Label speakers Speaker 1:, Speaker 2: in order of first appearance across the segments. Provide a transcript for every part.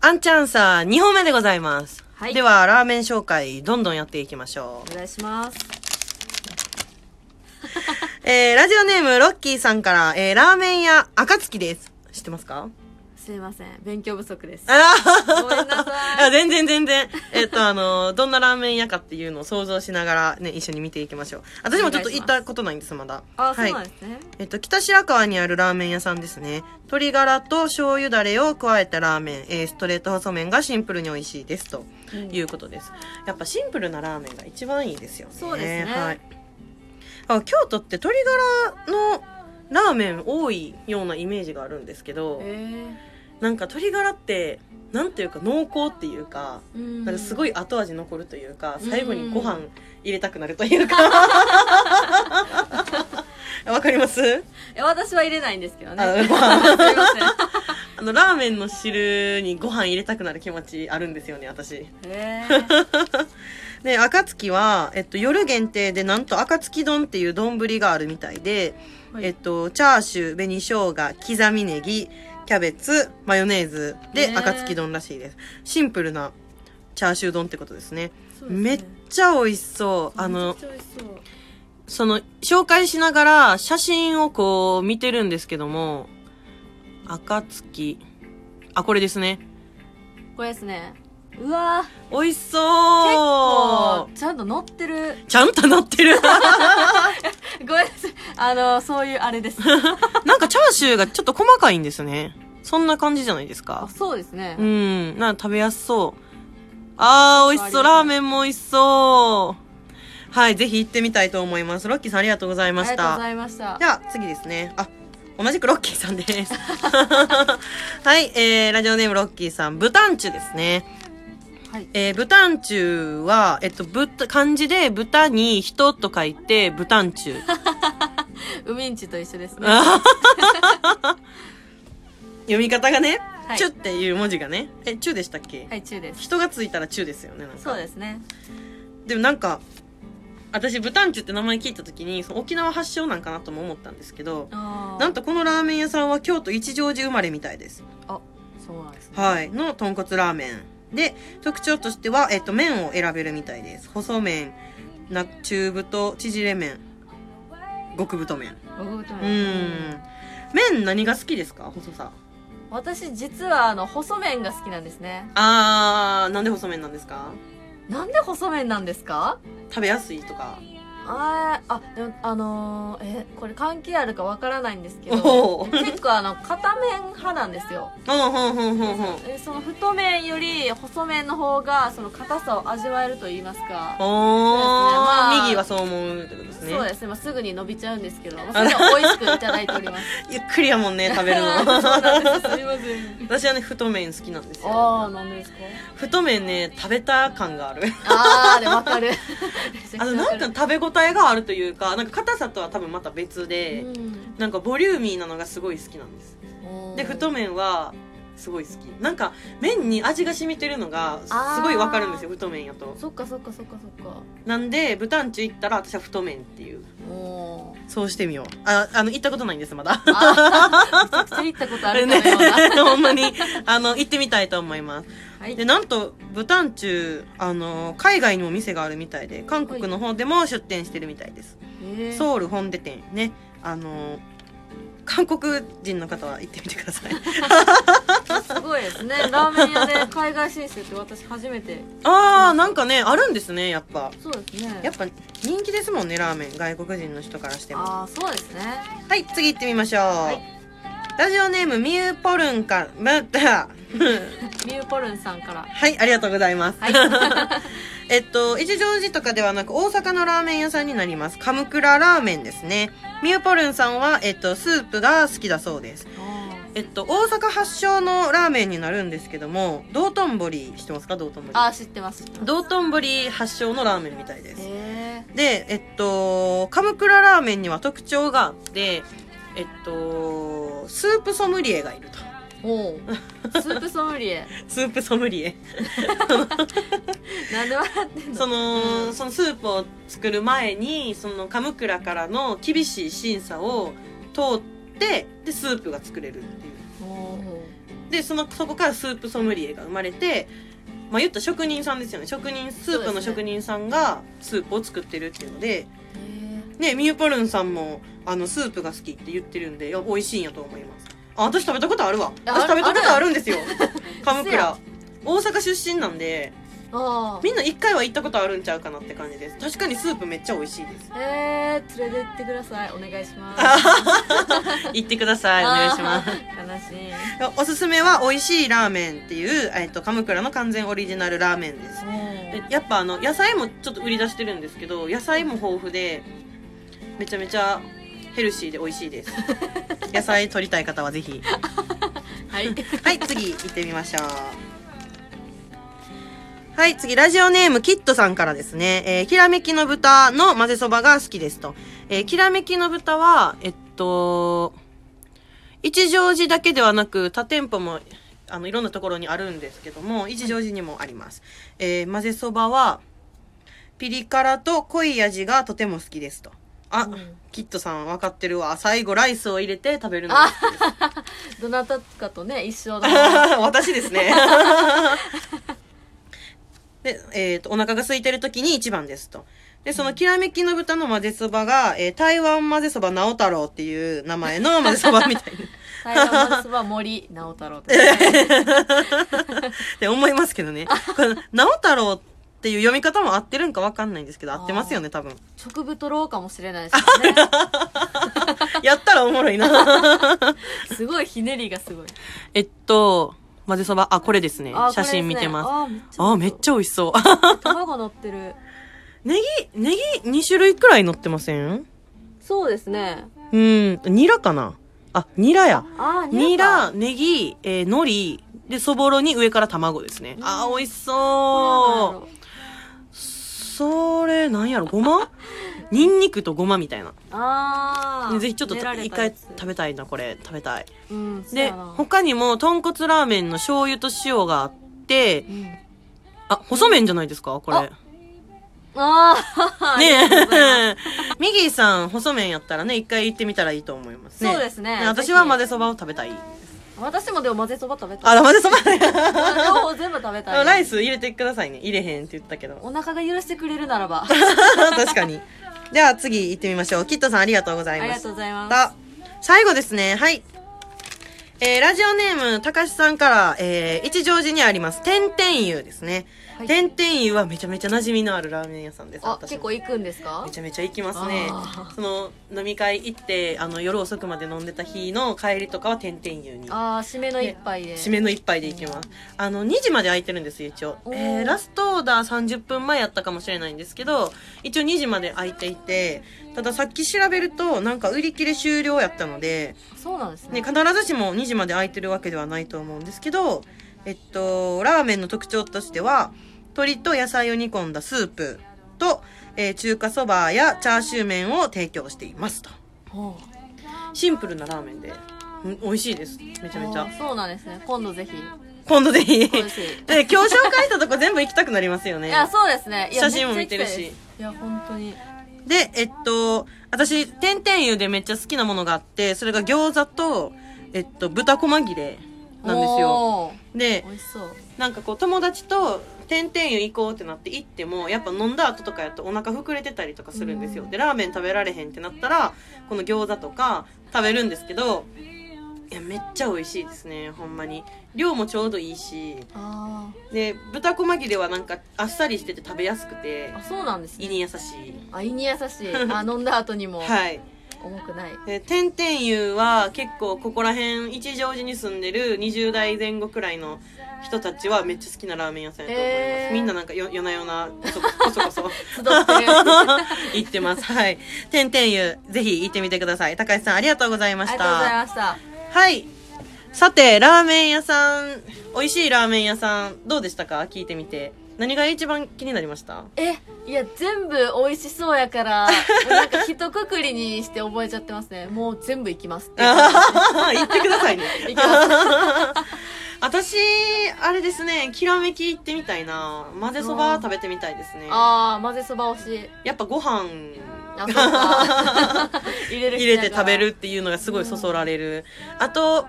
Speaker 1: アンチャンサー2本目でございます。
Speaker 2: はい
Speaker 1: では、ラーメン紹介、どんどんやっていきましょう
Speaker 2: お。願いします。
Speaker 1: えー、ラジオネーム、ロッキーさんから、えー、ラーメン屋、暁です。知ってますか
Speaker 2: すいません。勉強不足です。
Speaker 1: あら
Speaker 2: ごめんなさい
Speaker 1: いや、全然全然。えっと、あの、どんなラーメン屋かっていうのを想像しながらね、一緒に見ていきましょう。私もちょっと行ったことないんです、まだ。
Speaker 2: あ、そう
Speaker 1: はい
Speaker 2: なんですね。
Speaker 1: えっと、北白川にあるラーメン屋さんですね。鶏ガラと醤油だれを加えたラーメン、えーストレート細麺がシンプルに美味しいです。ということです。やっぱシンプルなラーメンが一番いいですよね。
Speaker 2: そうですね
Speaker 1: はい。あ京都って鶏ガラのラーメン多いようなイメージがあるんですけど、
Speaker 2: え
Speaker 1: なんか鶏ガラって、なんていうか濃厚っていうか、
Speaker 2: えー。
Speaker 1: なんかすご
Speaker 2: い。
Speaker 1: い後味残るというか、
Speaker 2: うん
Speaker 1: 最後にご飯入れたくなるというか。 わかります
Speaker 2: え、私は入れないんですけど ね。
Speaker 1: あ
Speaker 2: すい
Speaker 1: ご
Speaker 2: ま
Speaker 1: 飯
Speaker 2: せ
Speaker 1: あの、ラーメンの汁にご飯入れたくなる気持ちあるんですよね、私。
Speaker 2: ん。えー
Speaker 1: で、暁は、えっと、夜限定で、なんと、暁丼っていう丼があるみたいで、
Speaker 2: はい
Speaker 1: えっと、チャーシュー、紅生姜、刻みネギ、キャベツ、マヨネーズで、
Speaker 2: ねえ
Speaker 1: 暁丼らしいです。シンプルなチャーシュー丼ってことですね。
Speaker 2: そうですね。
Speaker 1: めっちゃ美味しそう。あ
Speaker 2: め
Speaker 1: の
Speaker 2: ち、ゃくちゃ美味しそう。
Speaker 1: その、紹介しながら写真をこう見てるんですけども、暁。あ、これですね。
Speaker 2: これですね。うわー
Speaker 1: 美味し
Speaker 2: 結構
Speaker 1: そう、
Speaker 2: ちゃんと乗ってる。
Speaker 1: ちゃんとなってる。
Speaker 2: ごめんなさい。あの、そういうあれ です。
Speaker 1: なんかチャーシューがちょっと細かいんですね。そんな感じじゃないです
Speaker 2: あ
Speaker 1: か。
Speaker 2: そうですね
Speaker 1: う。ん。なんか食べやすそう。あー、美味しそう。
Speaker 2: ありがとう
Speaker 1: ラーメンも美味しそう。はい、ぜひ行ってみたいと思います。ロッキーさんありがとうござい
Speaker 2: あ
Speaker 1: ま
Speaker 2: りが
Speaker 1: し
Speaker 2: とうご
Speaker 1: た。
Speaker 2: ざいました
Speaker 1: じ。ゃあ、次ですね。あ、同じくロッキーさんです。 はい、えー、ラジオネームロッキーさん、ブタンチュですね。
Speaker 2: はい。
Speaker 1: えー、豚んちゅうは、えっと、ぶた、漢字で豚に人と書いて、豚んちゅう。
Speaker 2: ウミンチと一緒ですね。
Speaker 1: 読み方がね、
Speaker 2: はい
Speaker 1: ちゅっていう文字がね、え、ちゅでしたっけ、
Speaker 2: はい、中です。
Speaker 1: 人がついたらちゅですよね、なんか。
Speaker 2: そうですね。
Speaker 1: でもなんか、私、豚んちゅって名前聞いた時に、その沖縄発祥なんかなとも思ったんですけど、
Speaker 2: な
Speaker 1: なんとこのラーメン屋さんは京都一条寺生まれみたいです。
Speaker 2: あ、そうなんですね。
Speaker 1: はい。の豚骨ラーメン。で、特徴としては、えっと、麺を選べるみたいです。細麺、な中太、縮れ麺、極太麺。
Speaker 2: 僕太いう
Speaker 1: ーん。麺何が好きですか細さ。
Speaker 2: 私実はあの細麺が好きなんですね
Speaker 1: あー、なんで細麺なんですか
Speaker 2: なんで細麺なんですか
Speaker 1: 食べやすいとか。
Speaker 2: あーあでもあのー、えこれ関係あるかわからないんですけど
Speaker 1: おお。
Speaker 2: 結構あの片面派なんですよ
Speaker 1: うん、ほんほんほんほん。
Speaker 2: えその太麺より細麺の方がその硬さを味わえると言いますか
Speaker 1: おー、
Speaker 2: まあ
Speaker 1: 右はそう思うってことですね。
Speaker 2: そうですね、まあ、すぐに伸びちゃうんですけど、まあ、それは美味しくいただいております
Speaker 1: ゆっくりやもんね、食べる
Speaker 2: そうなん
Speaker 1: の。
Speaker 2: ですすいません
Speaker 1: 私はね、太麺好きなんですよ。
Speaker 2: ああなんでですか
Speaker 1: 太麺ね、食べた感がある。
Speaker 2: ああでわかる
Speaker 1: あの、 なんか食べ応えがあるというか、なんか硬さとは多分また別で、なんかボリューミーなのがすごい好きなんです。で、太
Speaker 2: 麺
Speaker 1: 麺は、すごい好き。なんか、麺に味が染みてるのが、すごいわかるんですよ、太麺やと。
Speaker 2: そっかそっかそっかそっか
Speaker 1: なんで、豚んち行ったら、私は太麺っていう。
Speaker 2: おー
Speaker 1: そうしてみよう。あ、あの、行ったことないんです、まだ。
Speaker 2: あ めちゃくちゃ行ったことあるか
Speaker 1: ね
Speaker 2: のよう な、
Speaker 1: ほんまに、あの、行ってみたいと思います。
Speaker 2: はい
Speaker 1: で、なんと、豚んちゅう、あの、海外にも店があるみたいで、韓国の方でも出店してるみたいです。
Speaker 2: えー
Speaker 1: ソウル本出店ねあのー韓国人の方は行ってみてくだ さい
Speaker 2: すごいですねラーメン屋で海外進出って私初めて
Speaker 1: ああなんかねあるんですねやっぱ
Speaker 2: そうですね
Speaker 1: やっぱ人気ですもんねラーメン外国人の人からしても
Speaker 2: ああそうですね
Speaker 1: はい次行ってみましょう、
Speaker 2: い
Speaker 1: ラジオネームみゆぽるんかまた
Speaker 2: ミューポルンさん から
Speaker 1: はいありがとうございます、
Speaker 2: はい
Speaker 1: えっと、一条寺とかではなく大阪のラーメン屋さんになります。カムクララーメンですね。みゆぽるんさんは、えっと、スープが好きだそうです。えっと、大阪発祥のラーメンになるんですけども、道頓堀、知ってますか道頓
Speaker 2: あ
Speaker 1: 堀。
Speaker 2: あ知ってます知ってます
Speaker 1: 道頓堀発祥のラーメンみたいです。
Speaker 2: え
Speaker 1: で、えっと、カムクララーメンには特徴があって、えっと、スープソムリエがいると。
Speaker 2: ー、おースープソムリ エ
Speaker 1: スープソムリエ。
Speaker 2: なんで笑ってんの
Speaker 1: その、そのスープを作る前に、そのカムクラからの厳しい審査を通って、で、スープが作れるっていう。
Speaker 2: おー
Speaker 1: でそのそこからスープソムリエが生まれて、まあ、言ったら職人さんですよね職人スープの職人さんがスープを作ってるっていうのでねミューポルンさんもあのスープが好きって言ってるんでいや美味しいんやと思いますあ私食べたことあるわ
Speaker 2: あ
Speaker 1: 私食べたこと
Speaker 2: あ
Speaker 1: あるんですよカムク
Speaker 2: せ
Speaker 1: ラ
Speaker 2: や
Speaker 1: 大阪出身なんで
Speaker 2: あ
Speaker 1: みんな一回は行ったことあるんちゃうかなって感じです確かにスープめっちゃ美味しいです
Speaker 2: あえー、連れてってくださいお願いします
Speaker 1: 行ってくださいお願いします
Speaker 2: す 悲しい
Speaker 1: おすすめは美味しいラーメンっていう、えっと、カムクラの完全オリジナルラーメンです。でやっぱあの、野菜もちょっと売り出してるんですけど、野菜も豊富で、めちゃめちゃヘルシーで美味しい です。野菜取りたい方はぜひ。
Speaker 2: はい
Speaker 1: はい、次行ってみましょう。はい、次、ラジオネーム、キットさんからですね。えー、きらめきの豚の混ぜそばが好きですと。えー、きらめきの豚は、えっと、一乗寺だけではなく、他店舗も、あの、いろんなところにあるんですけども、一乗寺にもあります。えー、混ぜそばは、ピリ辛と濃い味がとても好きですと。あ、
Speaker 2: うん
Speaker 1: キットさん分かってるわ。最後、ライスを入れて食べるのが
Speaker 2: あ
Speaker 1: 好き
Speaker 2: どなたかとね一緒だ な
Speaker 1: 私ですね。で、えっ、と、お腹が空いてる時に一番ですと。で、その、きらめきの豚の混ぜそばが、えー台湾混ぜそば直太郎っていう名前の混ぜそばみ たいな。
Speaker 2: 台湾マスは森直 太郎ですね
Speaker 1: って思いますけどね。この、直太郎っていう読み方も合ってるんかわかんないんですけど、合ってますよね、多分。
Speaker 2: 直太郎かもしれないですよね
Speaker 1: やったらおもろいな。
Speaker 2: すごいひねりがすごい
Speaker 1: えっと、混ぜそば、あ、これですね
Speaker 2: あ。ー
Speaker 1: 写真見てます。
Speaker 2: これですね
Speaker 1: あ
Speaker 2: あー
Speaker 1: ー、
Speaker 2: め
Speaker 1: め
Speaker 2: っ
Speaker 1: っ
Speaker 2: ち
Speaker 1: ちゃ美味しそう。
Speaker 2: ゃ卵乗ってる
Speaker 1: ネギ、ネギ2種類くらい乗ってません
Speaker 2: そうですね
Speaker 1: うん、ニラかなあ、ニラや。
Speaker 2: あー
Speaker 1: ニ
Speaker 2: か
Speaker 1: ラ、ネギ、えー、海苔、で、そぼろに上から卵ですね
Speaker 2: う。ん
Speaker 1: あー、美味し
Speaker 2: これな
Speaker 1: そ
Speaker 2: んだろう
Speaker 1: う。それ、なんやろ、ご まニンニクとごまみたいな。
Speaker 2: ああ
Speaker 1: ぜひちょっと
Speaker 2: 練られ
Speaker 1: 一
Speaker 2: たや
Speaker 1: 回
Speaker 2: つ
Speaker 1: 食べたいな、これ。食べたい。
Speaker 2: うんそう
Speaker 1: で
Speaker 2: やな、
Speaker 1: 他にも、豚骨ラーメンの醤油と塩があって
Speaker 2: う、ん
Speaker 1: あ、細麺じゃないですかこれ。
Speaker 2: あ あ
Speaker 1: ねえ。 ミギーさん、細麺やったらね、一回行ってみたらいいと思いますね。
Speaker 2: そうですね
Speaker 1: 私は
Speaker 2: ぜひ
Speaker 1: 混ぜそばを食べたい。
Speaker 2: 私もでも混ぜそば食べたい
Speaker 1: あ、混ぜそばね。
Speaker 2: 両方全部食べたい
Speaker 1: ライス入れてくださいね。入れへんって言ったけど。
Speaker 2: お腹が許してくれるならば
Speaker 1: 確かに。では次行ってみましょう。キットさんありがとうござい
Speaker 2: あ
Speaker 1: ま
Speaker 2: り
Speaker 1: し
Speaker 2: が
Speaker 1: た。
Speaker 2: とうございます
Speaker 1: また最後ですね。はい。えー、ラジオネーム、たかしさんから、えー、一乗寺にあります、てんてんゆうですね。
Speaker 2: はい
Speaker 1: てんてんゆうはめちゃめちゃ馴染みのあるラーメン屋さんです。
Speaker 2: あ
Speaker 1: 私も
Speaker 2: 結構行くんですか
Speaker 1: めちゃめちゃ行きますね
Speaker 2: あ。
Speaker 1: その、飲み会行って、あの、夜遅くまで飲んでた日の帰りとかはてんてんゆうに。
Speaker 2: ああ締めの一杯で
Speaker 1: 締めの一杯でいきます。あの、2時まで空いてるんですよ、一応。
Speaker 2: おー
Speaker 1: えー、ラストオーダー30分前やったかもしれないんですけど、一応2時まで空いていて、たださっき調べると、なんか売り切れ終了やったので、
Speaker 2: そうなんです
Speaker 1: ね、
Speaker 2: ね
Speaker 1: 必ずしも2時まで空いてるわけではないと思うんですけど、えっと、ラーメンの特徴としては、鶏と野菜を煮込んだスープと、えー中華そばやチャーシュー麺を提供していますと。
Speaker 2: ほう
Speaker 1: シンプルなラーメンで、うん美味しいです。めちゃめち
Speaker 2: あ
Speaker 1: ゃ。
Speaker 2: ーそうなんですね今度ぜひ
Speaker 1: 今度ぜひ。
Speaker 2: 今度ぜ
Speaker 1: で今日紹介したとこ全部行きたくなりますよ
Speaker 2: ひ
Speaker 1: ね
Speaker 2: い。やそうですねいや
Speaker 1: 写真も見てるし
Speaker 2: めっちゃ行きたいですいや本当に
Speaker 1: で、えっと、私、てんてん湯でめっちゃ好きなものがあって、それが餃子と、えっと、豚こま切れなんですよ。
Speaker 2: おー
Speaker 1: で、
Speaker 2: 美味しそう
Speaker 1: なんかこう、友達と、てんてん湯行こうってなって行っても、やっぱ飲んだ後とかやとお腹膨れてたりとかするんですよ。で、ラーメン食べられへんってなったら、この餃子とか食べるんですけど、いや、めっちゃ美味しいですね、ほんまに。量もちょうどいいし、
Speaker 2: あ
Speaker 1: で、豚こま切れはなんかあっさりしてて食べやすくて
Speaker 2: ー、あそうなんです
Speaker 1: 胃
Speaker 2: ね
Speaker 1: に優しい。
Speaker 2: あ胃に優し いあ飲んだ後にも
Speaker 1: はい。
Speaker 2: 重くない
Speaker 1: で、てんてんゆは結構ここら辺、一乗寺に住んでる20代前後くらいの人たちはめっちゃ好きなラーメン屋さんやと思います。
Speaker 2: へー
Speaker 1: みんななんかよ夜な夜な、こそこそこ そ
Speaker 2: 集 ってるあ
Speaker 1: 行ってます。はい。てんてんゆぜひ行ってみてください。高橋さんありがとうございま
Speaker 2: り
Speaker 1: し
Speaker 2: がとうござい
Speaker 1: た。
Speaker 2: ました
Speaker 1: はい。さて、ラーメン屋さん、美味しいラーメン屋さん、どうでしたか聞いてみて。何が一番気になりました
Speaker 2: えいや全部美味しそうやから もうなんか一括りにして覚えちゃってますねもう全部いきますっていう
Speaker 1: あー 言ってくださいね。
Speaker 2: いきま
Speaker 1: 私、あれですね、きらめき行ってみたいな。混ぜそば食べてみたいですね。
Speaker 2: ああ混ぜそば推し
Speaker 1: やっぱご飯
Speaker 2: あそっか入れる
Speaker 1: 入れて食べるっていうのがすごいそそられる。あと、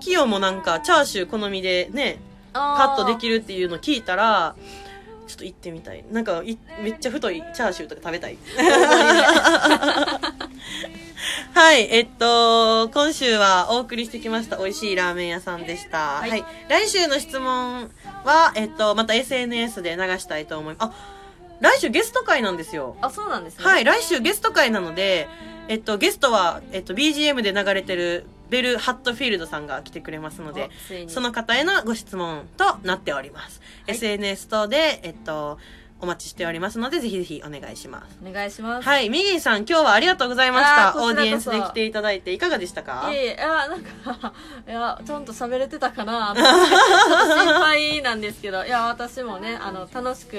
Speaker 1: キヨもなんかチャーシュー好みでね、カットできるっていうの聞いたら、ちょっと行ってみたい。なんかい、めっちゃ太いチャーシューとか食べたい。はい、えっと、今週はお送りしてきました美味しいラーメン屋さんでした。はいい。来週の質問は、えっと、また SNS で流したいと思います。あ、来週ゲスト会なんですよ。
Speaker 2: あそうなんですね
Speaker 1: はいい、来週ゲスト会なので、えっと、ゲストは、えっと、BGM で流れてるベル・ハットフィールドさんが来てくれますので、
Speaker 2: ついに
Speaker 1: その方へのご質問となっております。
Speaker 2: い
Speaker 1: SNS 等で、えっと、お待ちしておりますので、ぜひぜひお願いします。
Speaker 2: お願いします
Speaker 1: はい、ミギーさん、今日はありがとうございました。
Speaker 2: あーこ
Speaker 1: オ
Speaker 2: ち
Speaker 1: ー
Speaker 2: らこそ
Speaker 1: ディエンスで来ていただいていかがでしたか
Speaker 2: いやいやいやなんかいやちゃんと喋れてたかなちょっと心配なんですけどいや私もねあの楽しく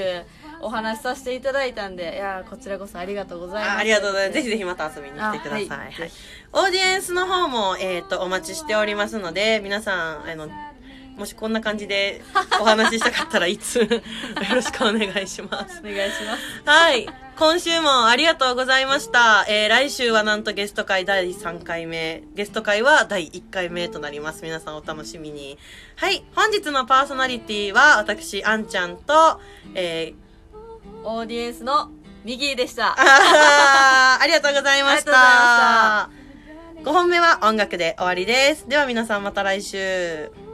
Speaker 2: お話しさせていただいたんでいやこちらこそありがとうございます
Speaker 1: あありがとうございます。ぜひぜひまた遊びに来てください。
Speaker 2: あ
Speaker 1: は
Speaker 2: はいい
Speaker 1: オーディエンスの方も、えっ、と、お待ちしておりますので、皆さん、あの、もしこんな感じでお話ししたかったらいつ、よ ろしくお願いします。
Speaker 2: お願いします
Speaker 1: はい。今週もありがとうございました。えー、来週はなんとゲスト会第3回目、ゲスト会は第1回目となります。皆さんお楽しみに。はい。本日のパーソナリティは、私、あんちゃんと、えー、
Speaker 2: オーディエンスのミギーでした
Speaker 1: あーありがとうございました。
Speaker 2: あ
Speaker 1: 5本目は音楽で終わりです。では皆さんまた来週。